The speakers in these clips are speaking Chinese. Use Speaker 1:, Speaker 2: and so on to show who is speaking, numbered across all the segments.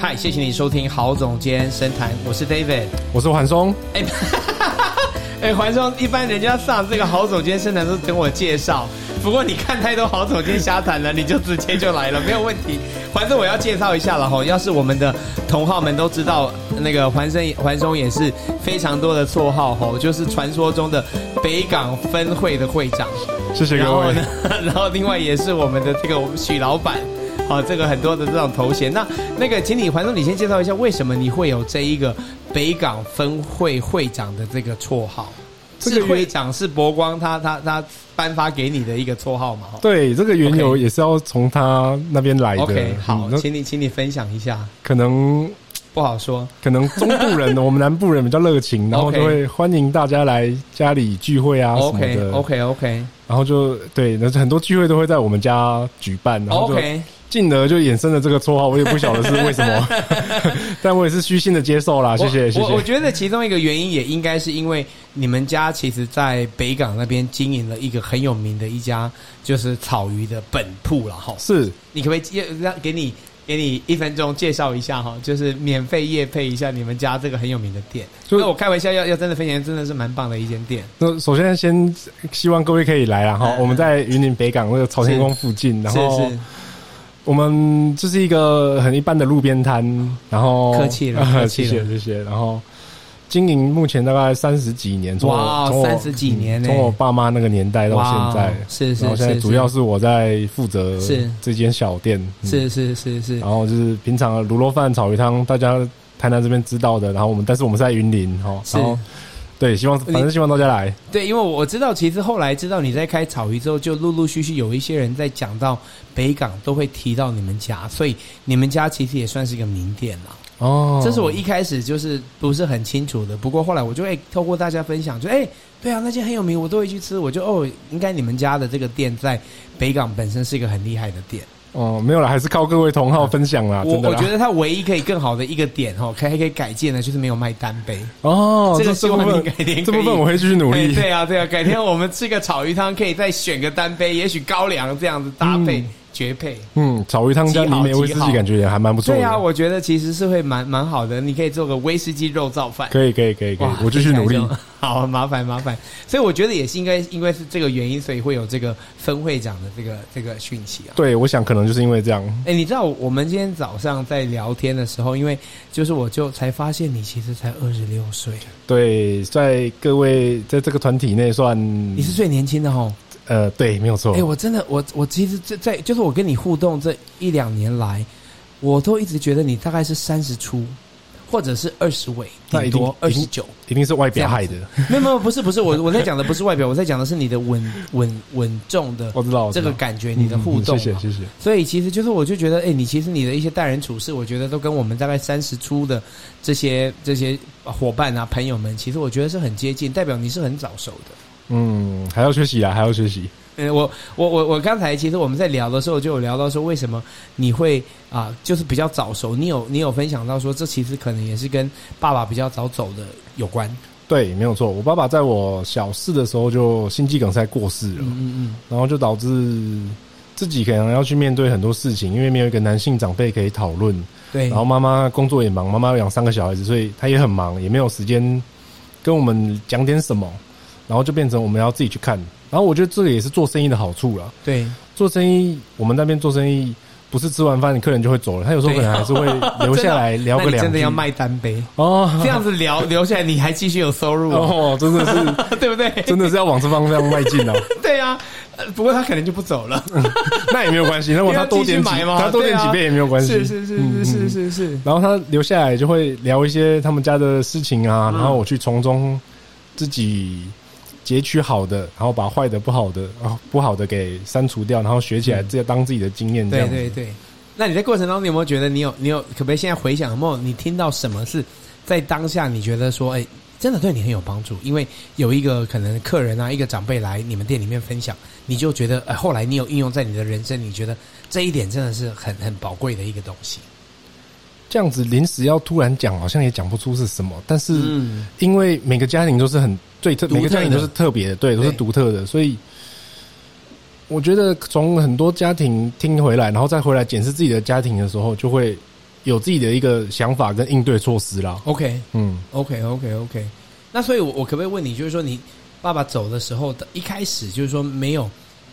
Speaker 1: 嗨，谢谢你收听郝总监深谈，我是 David。
Speaker 2: 我是缓松，
Speaker 1: 哎、 哎、环兄，一般人家上这个郝总监深谈都是等我介绍，不过你看太多郝总监瞎谈了，你就直接就来了，没有问题。 环生我要介绍一下了吼，要是我们的同好们都知道，那个环生环松也是非常多的绰号吼，就是传说中的北港分会的会长。
Speaker 2: 谢谢
Speaker 1: 然
Speaker 2: 各
Speaker 1: 后
Speaker 2: 位
Speaker 1: 呢。， 然后另外也是我们的这个许老板，好、这个很多的这种头衔。那那个，请你环总，你先介绍一下为什么你会有这一个北港分会会长的这个绰号？
Speaker 2: 这个
Speaker 1: 是
Speaker 2: 原
Speaker 1: 会长是博光他他他颁发给你的一个绰号嘛？哈
Speaker 2: 对，这个缘由
Speaker 1: OK
Speaker 2: 也是要从他那边来的。
Speaker 1: OK，
Speaker 2: 嗯
Speaker 1: 好，
Speaker 2: 那
Speaker 1: 请你请你分享一下，
Speaker 2: 可能
Speaker 1: 不好说。
Speaker 2: 可能中部人， 我们南部人比较热情，然后
Speaker 1: OK
Speaker 2: 就会欢迎大家来家里聚会啊什么
Speaker 1: OK
Speaker 2: 的。
Speaker 1: OK OK
Speaker 2: 然后就对，那很多聚会都会在我们家举办，然后就
Speaker 1: OK，
Speaker 2: 进而就衍生了这个绰号，我也不晓得是为 什么，但我也是虚心的接受啦，啊谢谢谢
Speaker 1: 我我我
Speaker 2: 谢。
Speaker 1: 觉得其中一个原因也应该是因为你们家其实，在北港那边经营了一个很有名的一家就是草鱼的本铺了哈。
Speaker 2: 是
Speaker 1: 你可不可以介让给你给你一分钟介绍一下哈，就是免费夜配一下你们家这个很有名的店。
Speaker 2: 就
Speaker 1: 所以我开玩笑要要真的分享，真的是蛮棒的一间店。
Speaker 2: 那首先先希望各位可以来啦哈，
Speaker 1: 嗯
Speaker 2: 我们在云林北港那个朝天宫附近，然
Speaker 1: 是
Speaker 2: 后
Speaker 1: 是，
Speaker 2: 我们这是一个很一般的路边摊，然后
Speaker 1: 客气 了客气了
Speaker 2: 谢谢谢谢。然后经营目前大概三十几年，从我
Speaker 1: 哇
Speaker 2: 从我
Speaker 1: 30几年呢
Speaker 2: 从我爸妈那个年代到现在
Speaker 1: 哇，是是
Speaker 2: 然后现在
Speaker 1: 是
Speaker 2: 主要是我在负责
Speaker 1: 是
Speaker 2: 这间小店，嗯
Speaker 1: 是是是是
Speaker 2: 然后就是平常的卤肉饭、炒鱼汤，大家台南这边知道的，然后我们但是我们是在云林哈，
Speaker 1: 是
Speaker 2: 然后对，希望反正希望大家来，
Speaker 1: 对，因为我知道，其实后来知道你在开草鱼之后，就陆陆续续有一些人在讲到北港，都会提到你们家，所以你们家其实也算是一个名店啦。
Speaker 2: 哦，
Speaker 1: 这是我一开始就是不是很清楚的，不过后来我就哎、透过大家分享，就哎、对啊，那间很有名，我都会去吃，我就哦，应该你们家的这个店在北港本身是一个很厉害的店，
Speaker 2: 哦没有啦，还是靠各位同好分享啦，
Speaker 1: 我
Speaker 2: 啊真的
Speaker 1: 我
Speaker 2: 啦
Speaker 1: 觉得它唯一可以更好的一个点哦，可以还可以改建的，就是没有卖单杯，
Speaker 2: 哦，
Speaker 1: 这个希
Speaker 2: 这
Speaker 1: 望
Speaker 2: 部
Speaker 1: 你
Speaker 2: 分
Speaker 1: 改天
Speaker 2: 这
Speaker 1: 可
Speaker 2: 部
Speaker 1: 以
Speaker 2: 分我会继续努
Speaker 1: 哎
Speaker 2: 力，
Speaker 1: 对啊，对啊，改天我们吃个炒鱼汤，可以再选个单杯，也许高粱这样子搭配、
Speaker 2: 嗯
Speaker 1: 绝配。
Speaker 2: 嗯，炒鱼汤加泥梅威士
Speaker 1: 极好
Speaker 2: 忌，感觉也还蛮不错的。
Speaker 1: 对啊，我觉得其实是会蛮蛮好的，你可以做个威士忌肉燥饭。
Speaker 2: 可以，可以，可以，可以
Speaker 1: 哇，
Speaker 2: 我继续努力
Speaker 1: 听起。来就。 好，麻烦麻烦。所以我觉得也是应该，因为是这个原因，所以会有这个分会长的这个这个讯息啊。
Speaker 2: 对，我想可能就是因为这样，
Speaker 1: 哎、你知道我们今天早上在聊天的时候，因为就是我就才发现你其实才二十六岁，
Speaker 2: 对，在各位在这个团体内算
Speaker 1: 你是最年轻的哦吼。
Speaker 2: 呃，对，没有错
Speaker 1: 哎、。我真的，我我其实这在就是我跟你互动这一两年来，我都一直觉得你大概是三十出，或者是二十尾，
Speaker 2: 那
Speaker 1: 顶
Speaker 2: 一定
Speaker 1: 多二
Speaker 2: 一
Speaker 1: 十
Speaker 2: 定
Speaker 1: 九。
Speaker 2: 一定是外表害的，
Speaker 1: 没有没有，不是不是，我我在讲的不是外表，我在讲的是你的稳稳稳重的
Speaker 2: 我知道。我
Speaker 1: 这
Speaker 2: 知道
Speaker 1: 个感觉，你的互动、啊
Speaker 2: 嗯谢谢，。谢谢。
Speaker 1: 所以其实就是我就觉得，哎、你其实你的一些待人处事，我觉得都跟我们大概三十出的这些这些伙伴啊朋友们，其实我觉得是很接近，代表你是很早熟的。
Speaker 2: 嗯，还要学习啊，还要学习。
Speaker 1: 嗯，我我我我刚才其实我们在聊的时候就有聊到说，为什么你会啊、就是比较早熟？你有你有分享到说，这其实可能也是跟爸爸比较早走的有关。
Speaker 2: 对，没有错。我爸爸在我小四的时候就心肌梗塞过世了，
Speaker 1: 嗯
Speaker 2: 然后就导致自己可能要去面对很多事情，因为没有一个男性长辈可以讨论。
Speaker 1: 嗯，对。
Speaker 2: 然后妈妈工作也忙，妈妈养三个小孩子，所以她也很忙，也没有时间跟我们讲点什么，然后就变成我们要自己去看。然后我觉得这个也是做生意的好处啦。
Speaker 1: 对，
Speaker 2: 做生意，我们那边做生意不是吃完饭客人就会走了，他有时候可能还是会 留下来聊
Speaker 1: 那
Speaker 2: 个
Speaker 1: 你
Speaker 2: 两句。
Speaker 1: 真的要卖单杯，
Speaker 2: 哦，
Speaker 1: 这样子聊留下来，你还继续有收入、哦，
Speaker 2: 哦，真的是
Speaker 1: 对不对？
Speaker 2: 真的是要往这方向迈进啊。
Speaker 1: 对啊，呃不过他可能就不走了，
Speaker 2: 那也没有关系，那我他多点几
Speaker 1: 你要继续买嘛
Speaker 2: 他多点
Speaker 1: 对啊
Speaker 2: 几倍也没有关系。
Speaker 1: 是是是
Speaker 2: 嗯
Speaker 1: 是
Speaker 2: 嗯
Speaker 1: 是是是，
Speaker 2: 然后他留下来就会聊一些他们家的事情
Speaker 1: 嗯
Speaker 2: 啊，然后我去从中自己截取好的，然后把坏的、不好的啊、不好的给删除掉，然后学起来，这当自己的经验
Speaker 1: 嗯
Speaker 2: 这
Speaker 1: 对
Speaker 2: 样子。
Speaker 1: 对对。那你在过程当中，你有没有觉得你有你有可不可以现在回想，有没有你听到什么是在当下你觉得说，哎、真的对你很有帮助？因为有一个可能客人啊，一个长辈来你们店里面分享，你就觉得，哎、后来你有应用在你的人生，你觉得这一点真的是很很宝贵的一个东西。
Speaker 2: 这样子临时要突然讲，好像也讲不出是什么，但是
Speaker 1: 嗯，
Speaker 2: 因为每个家庭都是很最特，
Speaker 1: 独特的
Speaker 2: 每个家庭都是特别的，对，都是
Speaker 1: 对
Speaker 2: 独特的，所以。我觉得从很多家庭听回来，然后再回来检视自己的家庭的时候，就会有自己的一个想法跟应对措施啦。
Speaker 1: OK
Speaker 2: 嗯，
Speaker 1: OK OK OK，那所以我，我可不可以问你，就是说你爸爸走的时候，一开始就是说没有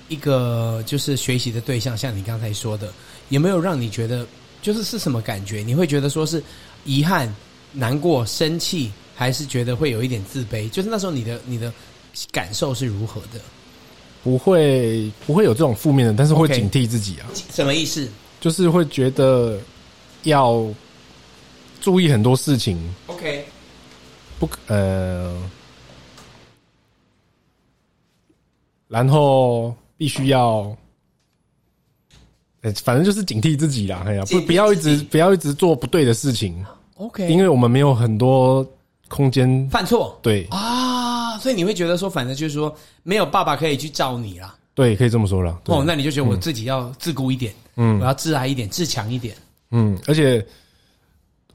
Speaker 1: 一个就是学习的对象，像你刚才说的，有没有让你觉得就是是什么感觉？你会觉得说是遗憾、难过、生气，还是觉得会有一点自卑？就是那时候你的你的感受是如何的？
Speaker 2: 不会不会有这种负面的，但是会
Speaker 1: OK
Speaker 2: 警惕自己啊
Speaker 1: 什么意思
Speaker 2: 就是会觉得要注意很多事情，
Speaker 1: ？OK，
Speaker 2: 不可呃，然后必须要。呃反正就是警惕自己啦，哎呀、
Speaker 1: 警
Speaker 2: 不
Speaker 1: 惕
Speaker 2: 不要一
Speaker 1: 自
Speaker 2: 直
Speaker 1: 己
Speaker 2: 不要一直做不对的事情，
Speaker 1: OK，
Speaker 2: 因为我们没有很多空间。
Speaker 1: 犯错
Speaker 2: 对
Speaker 1: 啊，所以你会觉得说，反正就是说没有爸爸可以去罩你啦。
Speaker 2: 对，可以这么说了。对嗯
Speaker 1: 哦，那你就觉得我自己要自顾一点，嗯，我要自爱一点，自强一点。
Speaker 2: 嗯，而且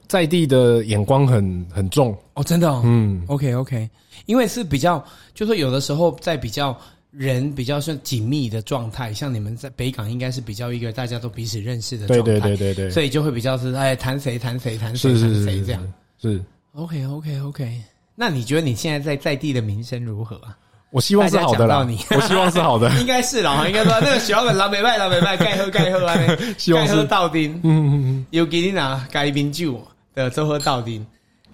Speaker 2: 在地的眼光很很重，
Speaker 1: 哦，真的哦，
Speaker 2: 嗯
Speaker 1: OK OK，因为是比较，就说有的时候在比较人比较是紧密的状态，像你们在北港应该是比较一个大家都彼此认识的状
Speaker 2: 对
Speaker 1: 态，
Speaker 2: 对对对对，
Speaker 1: 所以就会比较是哎谈谁谈谁谈谁
Speaker 2: 是是
Speaker 1: 谈
Speaker 2: 是
Speaker 1: 谁
Speaker 2: 是
Speaker 1: 这样。
Speaker 2: 是是
Speaker 1: OK OK OK，那你觉得你现在在在地的名声如何啊？
Speaker 2: 我希望是好的
Speaker 1: 大
Speaker 2: 啦，
Speaker 1: 家 讲到
Speaker 2: 我希望是好 的，
Speaker 1: 应该是啦，应该说那个小本老北拜老北拜，该喝该 喝啊，
Speaker 2: 希望
Speaker 1: 该
Speaker 2: 是
Speaker 1: 喝到丁。
Speaker 2: 嗯嗯
Speaker 1: 有给你拿咖喱冰酒的周喝到丁。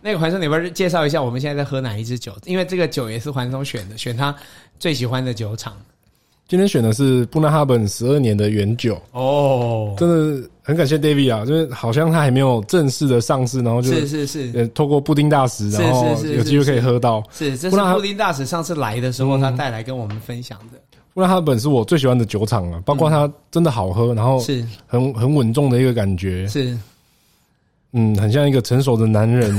Speaker 1: 那个环松，你要不要介绍一下我们现在在喝哪一支酒？因为这个酒也是环松选的，选他最喜欢的酒厂。
Speaker 2: 嗯，今天选的是布纳哈本十二年的原酒，
Speaker 1: 哦，
Speaker 2: 真的很感谢 David 啊，就是好像他还没有正式的上市，然后就是
Speaker 1: 是是
Speaker 2: 呃透过布丁大使，
Speaker 1: 是
Speaker 2: 然后
Speaker 1: 是是
Speaker 2: 有机会可以喝到
Speaker 1: 是，这
Speaker 2: 不
Speaker 1: 是
Speaker 2: 然他
Speaker 1: 布丁大使上次来的时候他带来跟我们分享的，
Speaker 2: 布纳哈本是我最喜欢的酒厂啊，包括它真的好喝，然后
Speaker 1: 嗯是
Speaker 2: 很很稳重的一个感觉，
Speaker 1: 是。
Speaker 2: 嗯，很像一个成熟的 男人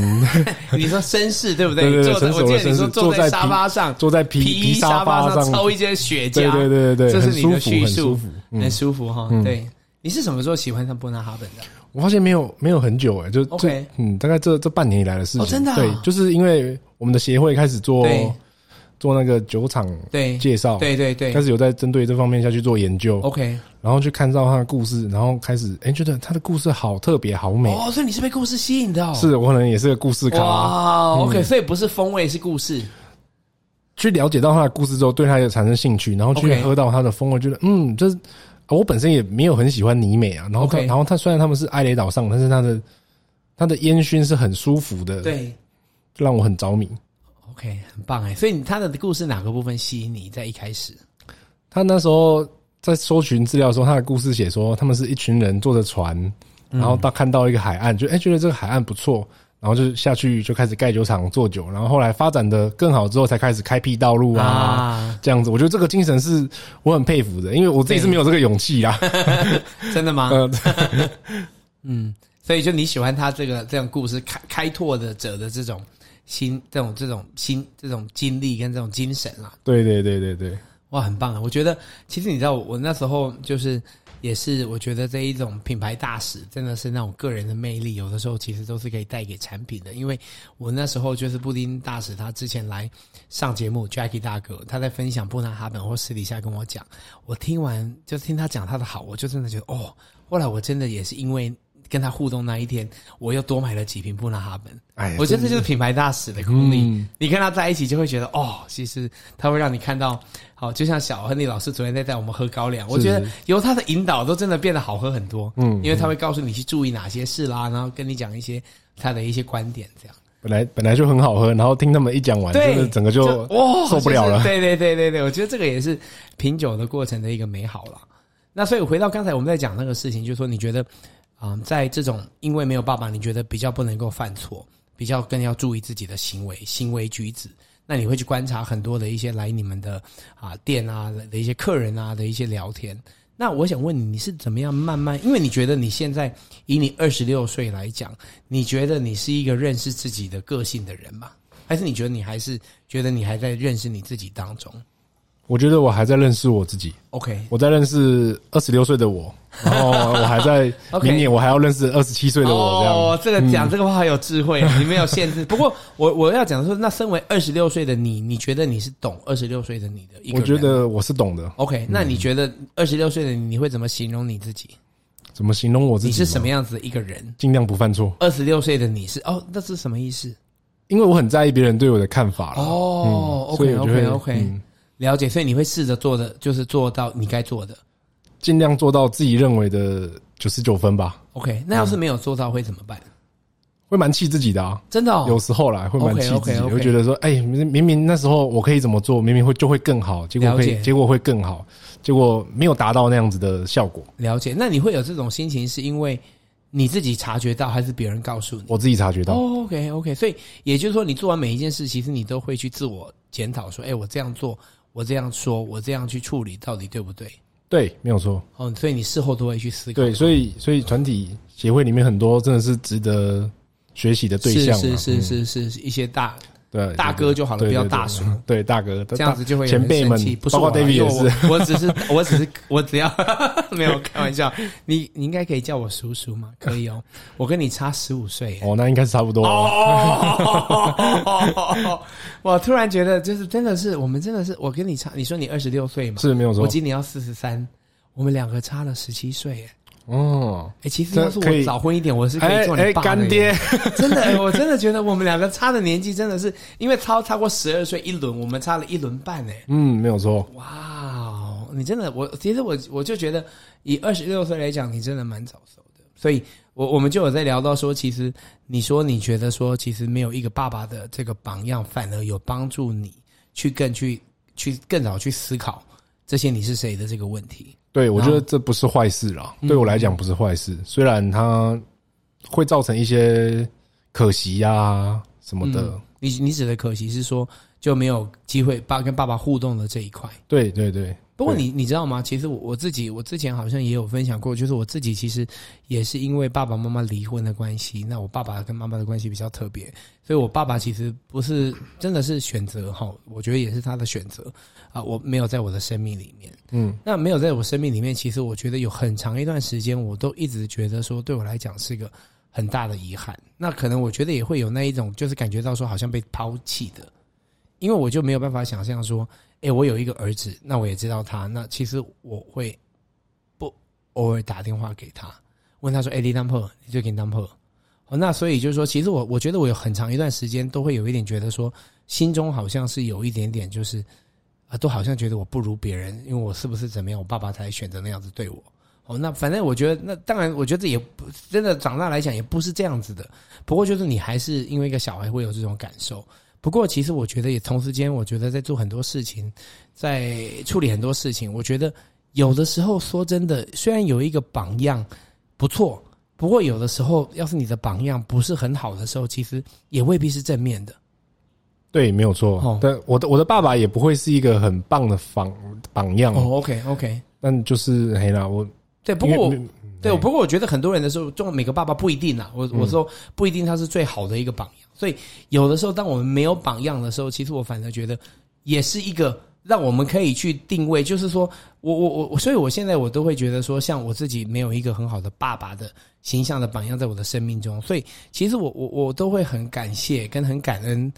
Speaker 1: 你说绅士对不对？
Speaker 2: 对对
Speaker 1: 坐
Speaker 2: 对
Speaker 1: 在
Speaker 2: 绅
Speaker 1: 我
Speaker 2: 士
Speaker 1: 记
Speaker 2: 我
Speaker 1: 得你说
Speaker 2: 绅士坐
Speaker 1: 在
Speaker 2: 在
Speaker 1: 沙
Speaker 2: 皮
Speaker 1: 发上，
Speaker 2: 坐在皮
Speaker 1: 皮衣
Speaker 2: 沙
Speaker 1: 发
Speaker 2: 上，
Speaker 1: 抽一些雪
Speaker 2: 对
Speaker 1: 茄，
Speaker 2: 对对对，
Speaker 1: 这是
Speaker 2: 很
Speaker 1: 你
Speaker 2: 舒
Speaker 1: 的
Speaker 2: 服，
Speaker 1: 叙
Speaker 2: 很舒
Speaker 1: 述
Speaker 2: 服，，
Speaker 1: 很
Speaker 2: 嗯，
Speaker 1: 舒服哈。对，你是什么时候喜欢上布纳哈本的？
Speaker 2: 我发现没有没有很久哎，就这
Speaker 1: OK
Speaker 2: 嗯，大概这这半年以来的事情，
Speaker 1: 哦真的啊
Speaker 2: 对，就是因为我们的协会开始做
Speaker 1: 对
Speaker 2: 做那个酒厂
Speaker 1: 对
Speaker 2: 介绍，
Speaker 1: 对对
Speaker 2: 开
Speaker 1: 对
Speaker 2: 始有在针对这方面下去做研究，
Speaker 1: ，OK。
Speaker 2: 然后去看到他的故事，然后开始哎、觉得他的故事好特别，好美。
Speaker 1: 哦，所以你是被故事吸引的哦。
Speaker 2: 是嗯我可能也是个故事咖、
Speaker 1: 哇，OK，所以不是风味，是故事。
Speaker 2: 去了解到他的故事之后，对他也产生兴趣，然后去
Speaker 1: OK
Speaker 2: 喝到他的风味，觉得嗯，就是我本身也没有很喜欢尼美啊。然后他
Speaker 1: OK
Speaker 2: 然后他虽然他们是艾雷岛上，但是他的他的烟熏是很舒服的，，
Speaker 1: 对
Speaker 2: 让我很着迷。
Speaker 1: ，OK，很棒哎。所以他的故事哪个部分吸引你？在一开始
Speaker 2: 他那时候在搜寻资料的时候，他的故事写说，他们是一群人坐着船，然后到看到一个海岸，就哎、觉得这个海岸不错，然后就下去就开始盖酒厂做酒，然后后来发展的更好之后，才开始开辟道路啊。
Speaker 1: 啊，
Speaker 2: 这样子，我觉得这个精神是我很佩服的，因为我自己是没有这个勇气啊啦。
Speaker 1: 真的吗？
Speaker 2: 嗯，
Speaker 1: 嗯，所以就你喜欢他这个这样故事开开拓的者的这种心，这种这种心，这种经历跟这种精神啦。
Speaker 2: 对对对对对，
Speaker 1: 哇，很棒啊！我觉得，其实你知道我，我那时候就是也是，我觉得这一种品牌大使真的是那种个人的魅力，有的时候其实都是可以带给产品的。因为我那时候就是布丁大使，他之前来上节目，Jackie 大哥他在分享布纳哈本或私底下跟我讲，我听完就听他讲他的好，我就真的觉得哦，后来我真的也是因为。跟他互动那一天，我又多买了几瓶布纳哈本。
Speaker 2: 哎，
Speaker 1: 我觉得这就是品牌大使的功力。
Speaker 2: 嗯
Speaker 1: 你跟他在一起，就会觉得哦，其实他会让你看到，好，就像小亨利老师昨天在带我们喝高粱，我觉得由他的引导，都真的变得好喝很多。嗯，因为他会告诉你去注意哪些事啦，然后跟你讲一些他的一些观点，这样。
Speaker 2: 本来本来就很好喝，然后听他们一讲完，
Speaker 1: 对，
Speaker 2: 真的整个就
Speaker 1: 哇
Speaker 2: 受不了了
Speaker 1: 就是对对对对对，我觉得这个也是品酒的过程的一个美好啦。那所以回到刚才我们在讲那个事情，就是说你觉得，嗯、在这种因为没有爸爸，你觉得比较不能够犯错，比较更要注意自己的行为、行为举止。那你会去观察很多的一些来你们的啊店啊的一些客人啊的一些聊天。那我想问你，你是怎么样慢慢？因为你觉得你现在以你二十六岁来讲，你觉得你是一个认识自己的个性的人吗？还是你觉得你还是觉得你还在认识你自己当中
Speaker 2: 我觉得我还在认识我自己，
Speaker 1: ？OK，
Speaker 2: 我在认识二十六岁的我，然后我还在
Speaker 1: OK
Speaker 2: 明年我还要认识二十七岁的我，这样。嗯
Speaker 1: 哦，这个讲这个话好有智 慧，你没有限制。不过我我要讲说，那身为二十六岁的你，你觉得你是懂二十六岁的你的一个人？
Speaker 2: 我嗯觉得我是懂的，
Speaker 1: OK，那你觉得二十六岁的你，你会怎么形容你自己？
Speaker 2: 怎么形容我自己？
Speaker 1: 你是什么？样子的一个人？
Speaker 2: 尽量不犯错，
Speaker 1: 二十六岁的你是哦，那是什么意思？
Speaker 2: 因为我很在意别人对我的看法啦
Speaker 1: 哦
Speaker 2: 所以
Speaker 1: ，OK
Speaker 2: 我就会
Speaker 1: OK OK，
Speaker 2: 嗯
Speaker 1: 了解。所以你会试着做的，就是做到你该做的。
Speaker 2: 尽量做到自己认为的九十九分吧，
Speaker 1: OK，那要
Speaker 2: 嗯
Speaker 1: 是没有做到会怎么办？
Speaker 2: 会蛮气自己的啊。
Speaker 1: 真的哦，
Speaker 2: 有时候啦，会蛮气自己，
Speaker 1: OK，OK，OK
Speaker 2: 会觉得说，哎，明明明那时候我可以怎么做，明明会就会更好，结果
Speaker 1: 了解
Speaker 2: 会结果会更好，结果没有达到那样子的效果，
Speaker 1: 了解。那你会有这种心情，是因为你自己察觉到，还是别人告诉你？
Speaker 2: 我自己察觉到，
Speaker 1: 哦，OK OK，所以也就是说，你做完每一件事，其实你都会去自我检讨，说，哎、我这样做，我这样说，我这样去处理，到底对不对？
Speaker 2: 对，没有错，
Speaker 1: 哦，所以你事后都会去思考。
Speaker 2: 对，所以所以团体协会里面很多真的是值得学习的对
Speaker 1: 是
Speaker 2: 象啊，
Speaker 1: 是是
Speaker 2: 嗯
Speaker 1: 是是是一些大
Speaker 2: 对，
Speaker 1: 大哥就好了，
Speaker 2: 对
Speaker 1: 不要
Speaker 2: 对
Speaker 1: 大
Speaker 2: 对
Speaker 1: 叔。
Speaker 2: 对大哥，
Speaker 1: 这样子就会有人
Speaker 2: 前辈
Speaker 1: 生
Speaker 2: 们
Speaker 1: 气，不，是
Speaker 2: 包括
Speaker 1: 我啦啊
Speaker 2: David
Speaker 1: 因为
Speaker 2: 也是，
Speaker 1: 我我只是我只是我只要 没有开玩笑，你你应该可以叫我叔叔吗？可以哦，我跟你差十五岁耶。
Speaker 2: 哦，那应该是差不多啊，
Speaker 1: 哦，我突然觉得，就是真的是我们真的是，我跟你差，你说你二十六岁嘛，
Speaker 2: 是没有
Speaker 1: 我
Speaker 2: 错，
Speaker 1: 今年要四十三，我们两个差了十七岁耶。
Speaker 2: 哦，
Speaker 1: 哎，其实
Speaker 2: 这
Speaker 1: 要是
Speaker 2: 可
Speaker 1: 我
Speaker 2: 以
Speaker 1: 早婚一点，我是可以
Speaker 2: 哎
Speaker 1: 做你
Speaker 2: 哎，
Speaker 1: 爸的耶
Speaker 2: 干爹，
Speaker 1: 真的、哎我真的觉得我们两个差的年纪真的是，因为超超过十二岁一轮，我们差了一轮半哎。
Speaker 2: 嗯，没有错，
Speaker 1: 哇哦，你真的，我其实我我就觉得，以二十六岁来讲，你真的蛮早熟的。所以，我我们就有在聊到说，其实你说你觉得说，其实没有一个爸爸的这个榜样，反而有帮助你去更去去更早去思考这些你是谁的这个问题。
Speaker 2: 对，我
Speaker 1: 然
Speaker 2: 觉
Speaker 1: 后
Speaker 2: 得这不是坏事啦，
Speaker 1: 嗯
Speaker 2: 对我来讲不是坏事，虽然它会造成一些可惜呀、什么的，
Speaker 1: 你你指的可惜是说就没有机会爸跟爸爸互动的这一块。
Speaker 2: 对对对，
Speaker 1: 不过你你知道吗？其实我我自己，我之前好像也有分享过，就是我自己其实也是因为爸爸妈妈离婚的关系，那我爸爸跟妈妈的关系比较特别，所以我爸爸其实不是真的是选择哈，我觉得也是他的选择啊，我没有在我的生命里面，
Speaker 2: 嗯，
Speaker 1: 那没有在我生命里面，其实我觉得有很长一段时间，我都一直觉得说对我来讲是个很大的遗憾。那可能我觉得也会有那一种，就是感觉到说好像被抛弃的，因为我就没有办法想象说，诶，我有一个儿子，那我也知道他，那其实我会不偶尔打电话给他，问他说，诶，你当朋友，你最近当朋友。哦，那所以就是说，其实我我觉得我有很长一段时间都会有一点觉得说，心中好像是有一点点就是啊，都好像觉得我不如别人，因为我是不是怎么样，我爸爸才选择那样子对我。哦，那反正我觉得，那当然，我觉得也不真的长大来讲也不是这样子的。不过就是你还是因为一个小孩会有这种感受。不过其实我觉得也同时间，我觉得在做很多事情，在处理很多事情，我觉得有的时候说真的，虽然有一个榜样不错，不过有的时候要是你的榜样不是很好的时候，其实也未必是正面的。
Speaker 2: 对，没有错。
Speaker 1: 哦
Speaker 2: 但我的我的爸爸也不会是一个很棒的榜榜样，
Speaker 1: 哦，OK OK，
Speaker 2: 但就是嘿啦，我
Speaker 1: 对，不过我
Speaker 2: 因为
Speaker 1: 对，不过我觉得很多人的时候，中每个爸爸不一定啊。我我说不一定他是最好的一个榜样，所以有的时候当我们没有榜样的时候，其实我反而觉得也是一个让我们可以去定位，就是说我我我我，所以我现在我都会觉得说，像我自己没有一个很好的爸爸的形象的榜样在我的生命中，所以其实我我我都会很感谢跟很感恩。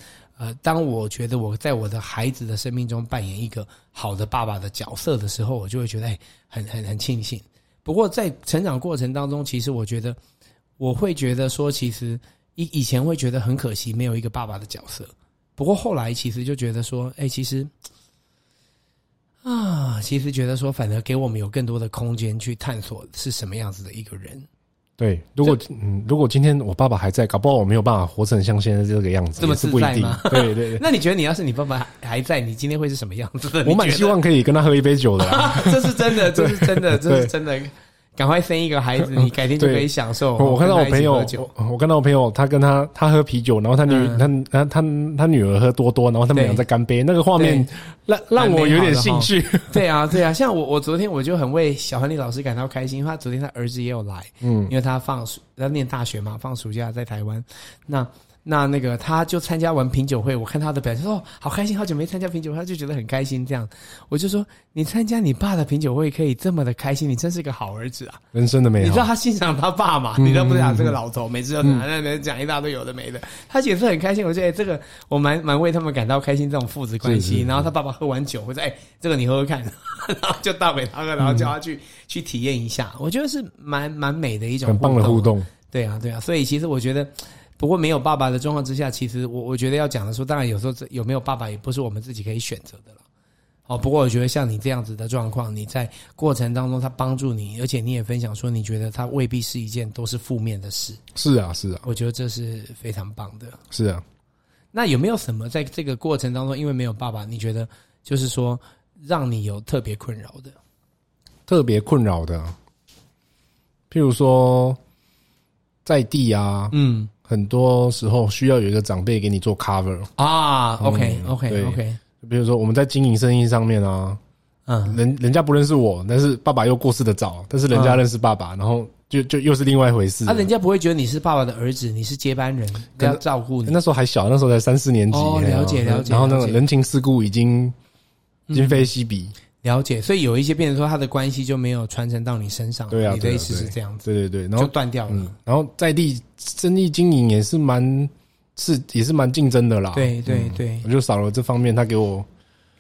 Speaker 1: 呃，当我觉得我在我的孩子的生命中扮演一个好的爸爸的角色的时候，我就会觉得哎，很很很庆幸。不过在成长过程当中，其实我觉得我会觉得说，其实以以前会觉得很可惜，没有一个爸爸的角色。不过后来其实就觉得说，哎、其实啊，其实觉得说，反而给我们有更多的空间去探索是什么样子的一个人，
Speaker 2: 对，如果嗯，如果今天我爸爸还在，搞不好我没有办法活成像现在这个样子，
Speaker 1: 这么
Speaker 2: 也是不一
Speaker 1: 自在
Speaker 2: 定
Speaker 1: 吗。
Speaker 2: 对对 对，
Speaker 1: 那你觉得你要是你爸爸还在，你今天会是什么样子的？
Speaker 2: 我蛮
Speaker 1: 你觉
Speaker 2: 希
Speaker 1: 得
Speaker 2: 望可以跟他喝一杯酒 的啦。
Speaker 1: 这是真的，这是真 的，这是
Speaker 2: 对
Speaker 1: 真的。赶快生一个孩 子，你改天就可以
Speaker 2: 对
Speaker 1: 享受。
Speaker 2: 我看到我
Speaker 1: 跟他
Speaker 2: 朋
Speaker 1: 一起
Speaker 2: 友
Speaker 1: 喝酒，
Speaker 2: 我我看到我朋友，他跟他他喝啤酒，然后他女、他他他他女儿喝多多，然后他们
Speaker 1: 对
Speaker 2: 俩在干杯，那个画面让让我有点兴趣。
Speaker 1: 对啊，对啊，像我，我昨天我就很为小亨利老师感到开心，因为他昨天他儿子也有来，嗯，因为他放暑，他念大学嘛，放暑假在台湾，那那那个他就参加完品酒会，我看他的表现说哦，好开心，好久没参加品酒会，他就觉得很开心。这样，我就说你参加你爸的品酒会可以这么的开心，你真是个好儿子啊！
Speaker 2: 人生的美好。
Speaker 1: 你知道他欣赏他爸嘛？
Speaker 2: 嗯
Speaker 1: 你知道不是啊讲这个老头，每次都拿那边讲一大堆有的没的，他也是很开心。我觉得哎，这个我蛮蛮为他们感到开心，这种父子关
Speaker 2: 是
Speaker 1: 系。
Speaker 2: 是
Speaker 1: 然后他爸爸喝完酒，或者哎，这个你喝喝看， 然后就倒给他喝，然后叫他去、去体验一下。我觉得是蛮蛮美的一种
Speaker 2: 很棒的互。动，
Speaker 1: 对啊，对啊，所以其实我觉得，不过没有爸爸的状况之下，其实我我觉得要讲的说，当然有时候这有没有爸爸也不是我们自己可以选择的了。哦，不过我觉得像你这样子的状况，你在过程当中他帮助你，而且你也分享说，你觉得他未必是一件都是负面的事，
Speaker 2: 是啊，是啊，
Speaker 1: 我觉得这是非常棒的。
Speaker 2: 是啊。
Speaker 1: 那有没有什么在这个过程当中，因为没有爸爸，你觉得就是说让你有特别困扰的？
Speaker 2: 特别困扰的，譬如说在地啊，
Speaker 1: 嗯
Speaker 2: 很多时候需要有一个长辈给你做 cover。
Speaker 1: 啊，OK
Speaker 2: 嗯
Speaker 1: OK
Speaker 2: 对
Speaker 1: OK，
Speaker 2: 比如说我们在经营生意上面啊，
Speaker 1: 嗯，
Speaker 2: 人人家不认识我，但是爸爸又过世的早，但是人家
Speaker 1: 嗯
Speaker 2: 认识爸爸，然后就就又是另外一回事
Speaker 1: 啊，。人家不会觉得你是爸爸的儿子，你是接班人，
Speaker 2: 可
Speaker 1: 要
Speaker 2: 能
Speaker 1: 照顾你。
Speaker 2: 那时候还小，那时候才三四年级，
Speaker 1: 哦
Speaker 2: 嘿啊
Speaker 1: 了解了解
Speaker 2: 然后那
Speaker 1: 了
Speaker 2: 种
Speaker 1: 解嗯
Speaker 2: 人情世故已经今非昔比，
Speaker 1: 了解，所以有一些变成说他的关系就没有传承到你身上。
Speaker 2: 对啊，
Speaker 1: 你的
Speaker 2: 对啊
Speaker 1: 意思是
Speaker 2: 对
Speaker 1: 这样子，
Speaker 2: 对对对。然
Speaker 1: 就
Speaker 2: 后
Speaker 1: 断掉了
Speaker 2: 嗯。，然后在地生意经营也是蛮是也是蛮竞争的啦。
Speaker 1: 对对对
Speaker 2: 我就少了这方面，他给我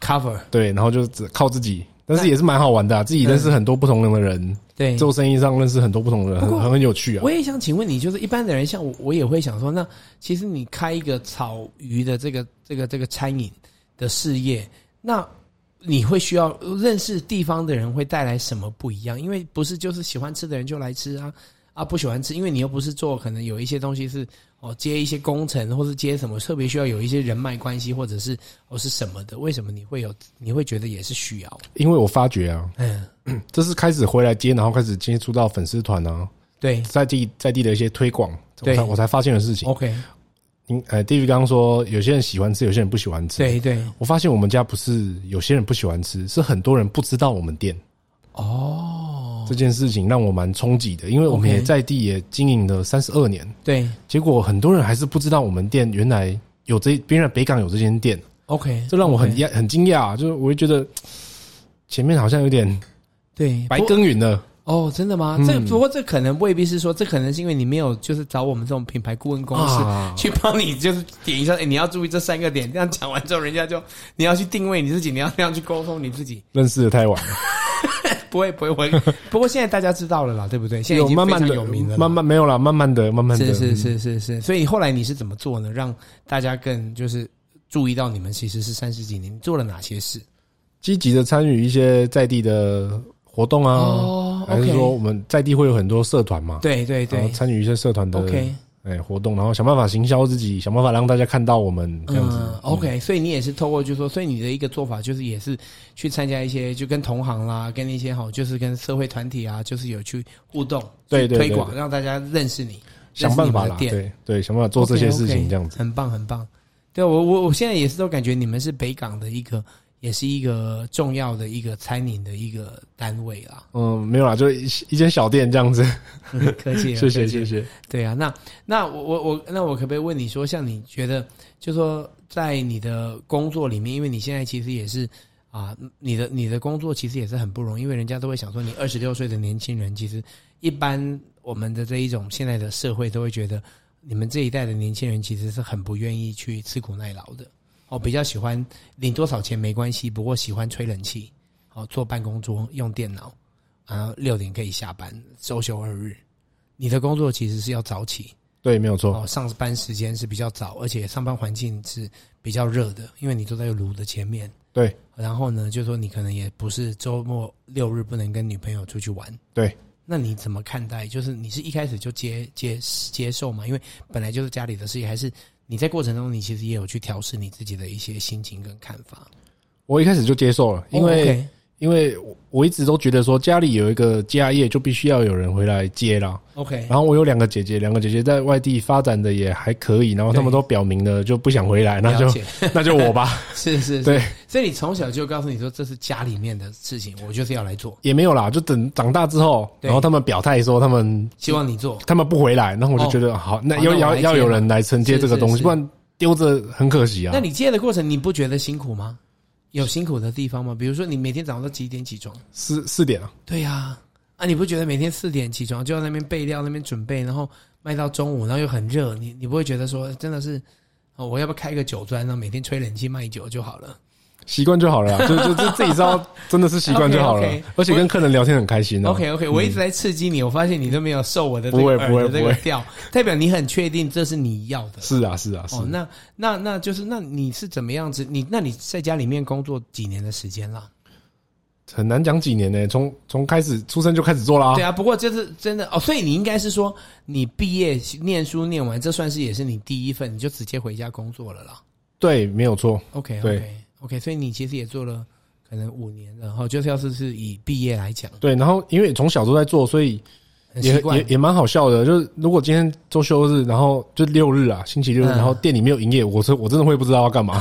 Speaker 1: ，cover
Speaker 2: 对，然后就只靠自己，但是也是蛮好玩的、啊，
Speaker 1: 嗯
Speaker 2: 自己认识很多不同的人，
Speaker 1: 对。
Speaker 2: 做生意上认识很多不同的人，
Speaker 1: 嗯不过
Speaker 2: 很很有趣啊
Speaker 1: 我。也想请问你，就是一般的人，像我，我也会想说，那其实你开一个草鱼的这个这个这个餐饮的事业，那你会需要认识地方的人，会带来什么不一样？因为不是就是喜欢吃的人就来吃啊啊，不喜欢吃，因为你又不是做可能有一些东西是哦接一些工程或是接什么特别需要有一些人脉关系或者是哦是什么的，为什么你会有你会觉得也是需要？
Speaker 2: 因为我发觉啊，
Speaker 1: 嗯，
Speaker 2: 这是开始回来接，然后开始接触到粉丝团啊，
Speaker 1: 对
Speaker 2: 在地在地的一些推广，我
Speaker 1: 对哦
Speaker 2: 才我才发现的事情。
Speaker 1: ，OK，
Speaker 2: 您呃，地狱刚刚说有些人喜欢吃，有些人不喜欢吃。
Speaker 1: 对对，
Speaker 2: 我发现我们家不是有些人不喜欢吃，是很多人不知道我们店
Speaker 1: 哦，
Speaker 2: 这件事情让我蛮冲击的，因为我们
Speaker 1: OK
Speaker 2: 也在地也经营了三十二年，
Speaker 1: 对
Speaker 2: 结果很多人还是不知道我们店原来有这，原来北港有这间店，
Speaker 1: ，OK，
Speaker 2: 这让我很讶很惊讶，啊就是我会觉得前面好像有 点
Speaker 1: 对
Speaker 2: 白
Speaker 1: 不
Speaker 2: 耕耘了，
Speaker 1: 哦，真的吗？
Speaker 2: 嗯
Speaker 1: 这不过这可能未必是说，这可能是因为你没有就是找我们这种品牌顾问公司、
Speaker 2: 啊
Speaker 1: 去帮你，就是点一下，哎，你要注意这三个点。这样讲完之后，人家就你要去定位你自己，你要那样去沟通你自己。
Speaker 2: 认识的太晚了，
Speaker 1: 不会不会不 会，不过现在大家知道了啦，对不对？现在已
Speaker 2: 有
Speaker 1: 经
Speaker 2: 慢
Speaker 1: 非
Speaker 2: 慢
Speaker 1: 常
Speaker 2: 的
Speaker 1: 有名了啦，
Speaker 2: 慢慢没有啦，慢慢的，慢慢嗯的，
Speaker 1: 是是是是是。所以后来你是怎么做呢？让大家更就是注意到你们其实是三十几年，你做了哪些事？
Speaker 2: 积极的参与一些在地的活动啊，
Speaker 1: 哦
Speaker 2: 还是
Speaker 1: ，OK，
Speaker 2: 说我们在地会有很多社团嘛，
Speaker 1: 对对
Speaker 2: 然后
Speaker 1: 对
Speaker 2: 参与一些社团的
Speaker 1: ，OK，
Speaker 2: 哎活动，然后想办法行销自己，想办法让大家看到我们这样子
Speaker 1: 嗯。OK，所以你也是透过，就是说，所以你的一个做法就是也是去参加一些，就跟同行啦，跟一些哈，就是跟社会团体啊，就是有去互动，
Speaker 2: 对对
Speaker 1: 去推
Speaker 2: 对
Speaker 1: 广，
Speaker 2: 对
Speaker 1: 让大家认识你，
Speaker 2: 想办法
Speaker 1: 认
Speaker 2: 啦，
Speaker 1: 识你们的店
Speaker 2: 对对，想办法做这些事
Speaker 1: OK，OK，
Speaker 2: 情这样子。
Speaker 1: 很棒很棒。对我我我现在也是都感觉你们是北港的一个，也是一个重要的一个餐饮的一个单位 啦。
Speaker 2: 嗯，没有啦，就一一间小店这样子。
Speaker 1: 客气了，
Speaker 2: 谢谢
Speaker 1: 客气了
Speaker 2: 谢谢。
Speaker 1: 对啊，那那我我我那我可不可以问你说，像你觉得，就说在你的工作里面，因为你现在其实也是啊，你的你的工作其实也是很不容易，因为人家都会想说，你二十六岁的年轻人，其实一般我们的这一种现在的社会都会觉得，你们这一代的年轻人其实是很不愿意去吃苦耐劳的，哦，比较喜欢领多少钱没关系，不过喜欢吹冷气，哦，坐办公桌用电脑，然后六点可以下班，周休二日。你的工作其实是要早起
Speaker 2: 对，没有错。
Speaker 1: 哦，上班时间是比较早，而且上班环境是比较热的，因为你坐在炉的前面。
Speaker 2: 对，
Speaker 1: 然后呢，就说你可能也不是周末六日不能跟女朋友出去玩。
Speaker 2: 对，
Speaker 1: 那你怎么看待？就是你是一开始就接接接受嘛？因为本来就是家里的事情，还是你在过程中你其实也有去调试你自己的一些心情跟看法？
Speaker 2: 我一开始就接受了，因为、
Speaker 1: 哦，OK，
Speaker 2: 因为我我一直都觉得说家里有一个家业，就必须要有人回来接啦。
Speaker 1: 哦 OK，
Speaker 2: 然后我有两个姐姐，两个姐姐在外地发展的也还可以，然后他们都表明了就不想回来，那
Speaker 1: 了
Speaker 2: 就
Speaker 1: 解
Speaker 2: 那就我吧，
Speaker 1: 是 是是，
Speaker 2: 对，
Speaker 1: 所以你从小就告诉你说这是家里面的事情，我就是要来做，
Speaker 2: 也没有啦，就等长大之后，
Speaker 1: 对
Speaker 2: 然后他们表态说他们
Speaker 1: 希望你做，
Speaker 2: 他们不回来，那我就觉得、好，那要
Speaker 1: 那我
Speaker 2: 要
Speaker 1: 来接
Speaker 2: 要有人来承接
Speaker 1: 哦是
Speaker 2: 这个
Speaker 1: 是
Speaker 2: 东西，
Speaker 1: 是
Speaker 2: 不然丢着很可惜啊。
Speaker 1: 那你接的过程你不觉得辛苦吗？有辛苦的地方吗？比如说你每天早上都几点起床？
Speaker 2: 四四点啊，
Speaker 1: 对呀、啊，你不觉得每天四点起床就要那边备料、那边准备，然后卖到中午，然后又很热，你你不会觉得说真的是，哦，我要不要开个酒庄，然后每天吹冷气卖酒就好了？
Speaker 2: 习惯就好 了啊，就就就自己知道，真的是习惯就好了
Speaker 1: OK，OK，
Speaker 2: 而且跟客人聊天很开心啊。
Speaker 1: OK OK，我一直在刺激你，我发现你都没有受我的这个
Speaker 2: 不会
Speaker 1: 耳
Speaker 2: 不会
Speaker 1: 的这个
Speaker 2: 不会
Speaker 1: 调，代表你很确定这是你要的。
Speaker 2: 是啊是啊是
Speaker 1: 哦，那那那就是那你是怎么样子？你那你在家里面工作几年的时间啦？
Speaker 2: 很难讲几年呢、从从开始出生就开始做啦
Speaker 1: 对。啊，不过这是真的哦，所以你应该是说你毕业念书念完，这算是也是你第一份，你就直接回家工作了啦。
Speaker 2: 对，没有错，
Speaker 1: OK
Speaker 2: 对
Speaker 1: OK OK，所以你其实也做了可能五年了，然后就是要是是以毕业来讲，
Speaker 2: 对。然后因为从小都在做，所以
Speaker 1: 很
Speaker 2: 也
Speaker 1: 习
Speaker 2: 也
Speaker 1: 惯。
Speaker 2: 也蛮好笑的。就是如果今天周休日，然后就六日啊，星期六
Speaker 1: 嗯
Speaker 2: 日，然后店里没有营业，我是我真的会不知道要 干嘛。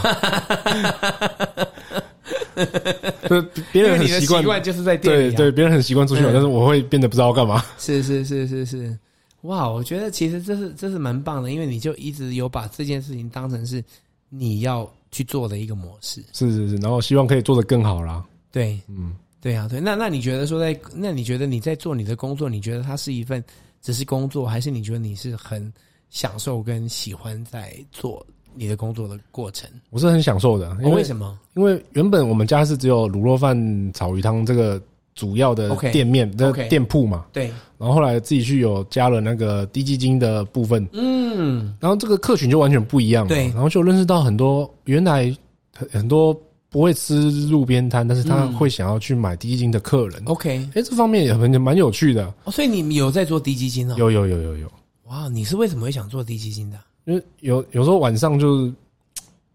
Speaker 2: 就是别
Speaker 1: 因
Speaker 2: 人
Speaker 1: 为
Speaker 2: 很
Speaker 1: 你的
Speaker 2: 习
Speaker 1: 习
Speaker 2: 惯，
Speaker 1: 惯就是在店
Speaker 2: 对
Speaker 1: 里、啊，
Speaker 2: 对，别人很习惯出去玩，
Speaker 1: 嗯
Speaker 2: 但是我会变得不知道要干嘛。
Speaker 1: 是是是是是，哇！我觉得其实这是这是蛮棒的，因为你就一直有把这件事情当成是你要去做的一个模式。
Speaker 2: 是是是，然后希望可以做得更好啦。
Speaker 1: 对，
Speaker 2: 嗯，
Speaker 1: 对啊，对。那那你觉得说在，那你觉得你在做你的工作，你觉得它是一份只是工作，还是你觉得你是很享受跟喜欢在做你的工作的过程？
Speaker 2: 我是很享受的，因
Speaker 1: 哦、为
Speaker 2: 为
Speaker 1: 什么？
Speaker 2: 因为原本我们家是只有卤肉饭、炒鱼汤这个主要的
Speaker 1: OK，
Speaker 2: 店面的
Speaker 1: OK
Speaker 2: 店铺嘛，
Speaker 1: 对，
Speaker 2: 然后后来自己去有加了那个低基金的部分，
Speaker 1: 嗯，
Speaker 2: 然后这个客群就完全不一样了，
Speaker 1: 对
Speaker 2: 然后就认识到很多原来很很多不会吃路边摊，但是他
Speaker 1: 嗯
Speaker 2: 会想要去买低基金的客人，哎、
Speaker 1: OK。
Speaker 2: 这方面也很蛮有趣的，
Speaker 1: 哦，所以你有在做低基金哦？。
Speaker 2: 有有有有有，
Speaker 1: 哇，你是为什么会想做低基金的？
Speaker 2: 因为有有时候晚上就是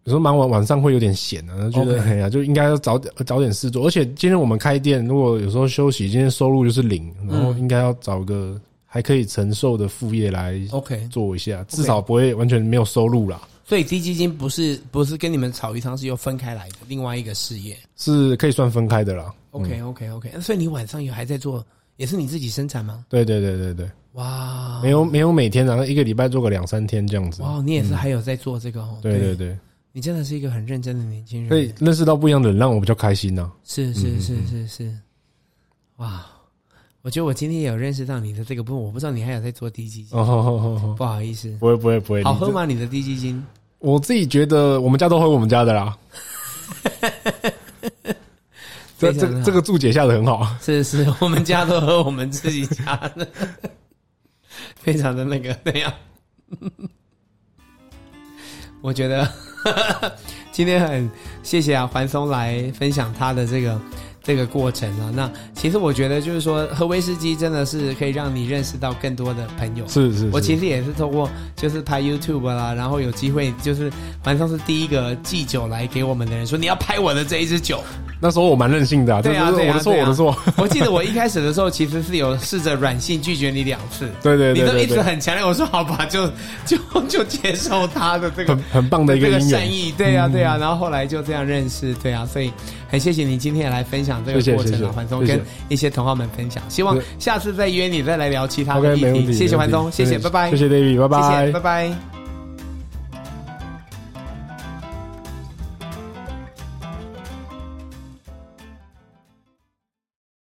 Speaker 2: 有时候蛮晚晚上会有点闲啊，觉得
Speaker 1: OK
Speaker 2: 哎呀就应该要早点早点事做，而且今天我们开店，如果有时候休息，今天收入就是零，然后
Speaker 1: 嗯
Speaker 2: 应该要找个还可以承受的副业来
Speaker 1: OK，
Speaker 2: 做一下，至少不会完全没有收入啦。
Speaker 1: 所以低基金不是不是跟你们炒鱼汤是又分开来的另外一个事业。
Speaker 2: 嗯是可以算分开的啦。
Speaker 1: OK OK OK，所以你晚上也还在做，也是你自己生产吗？
Speaker 2: 对对对对对，
Speaker 1: 哇，
Speaker 2: 没有没有每天，然啊后一个礼拜做个两三天这样子。
Speaker 1: 哦哇，你也是还有在做这个哦。
Speaker 2: 对对对，
Speaker 1: 你真的是一个很认真的年轻
Speaker 2: 所以
Speaker 1: 人。
Speaker 2: 认识到不一样的人，让我比较开心啊呐。
Speaker 1: 是是是是是，哇！我觉得我今天也有认识到你的这个部分，我不知道你还有在做低基金，
Speaker 2: 哦吼吼吼吼，
Speaker 1: 不好意思。
Speaker 2: 不会不会不会，
Speaker 1: 嗯好
Speaker 2: 你这
Speaker 1: 喝？吗？你的低基金？
Speaker 2: 我自己觉得我们家都喝我们家的 啦。
Speaker 1: 非
Speaker 2: 这这
Speaker 1: 常好
Speaker 2: 这个注解下的很好，
Speaker 1: 是是，我们家都喝我们自己家的，非常的那个那样。我觉得 今天很谢谢啊，环松来分享他的这个这个过程啊。那其实我觉得就是说，喝威士忌真的是可以让你认识到更多的朋友。
Speaker 2: 是是。
Speaker 1: 我
Speaker 2: 是
Speaker 1: 其实也是透过就是拍 YouTube 啦，然后有机会就是环松是第一个寄酒来给我们的人，说你要拍我的这一支酒。
Speaker 2: 那时候我蛮任性的啊，这
Speaker 1: 对啊
Speaker 2: 这是
Speaker 1: 对
Speaker 2: 我
Speaker 1: 啊
Speaker 2: 的错，
Speaker 1: 对啊
Speaker 2: 我的错。
Speaker 1: 我记得我一开始的时候，其实是有试着软性拒绝你两次，
Speaker 2: 对对
Speaker 1: 你都一
Speaker 2: 对对
Speaker 1: 直
Speaker 2: 对，
Speaker 1: 很强烈，我说好吧，就 就就接受他的这个
Speaker 2: 很很棒的一个
Speaker 1: 这个
Speaker 2: 姻
Speaker 1: 善
Speaker 2: 缘。嗯
Speaker 1: 意，对啊对啊，然后后来就这样认识，对啊，所以很谢谢你今天也来分享这个
Speaker 2: 谢谢
Speaker 1: 过程
Speaker 2: 谢谢
Speaker 1: 啊，环松
Speaker 2: 谢谢
Speaker 1: 跟一些同好们分享，希望
Speaker 2: 对
Speaker 1: 下次再约你再来聊其他的
Speaker 2: OK，
Speaker 1: 议
Speaker 2: 没问题。
Speaker 1: 啊题。谢谢
Speaker 2: 没
Speaker 1: 环
Speaker 2: 问
Speaker 1: 松，
Speaker 2: 题
Speaker 1: 谢谢，拜拜，
Speaker 2: 谢谢 David，拜
Speaker 1: 谢谢
Speaker 2: 拜
Speaker 1: 拜。拜。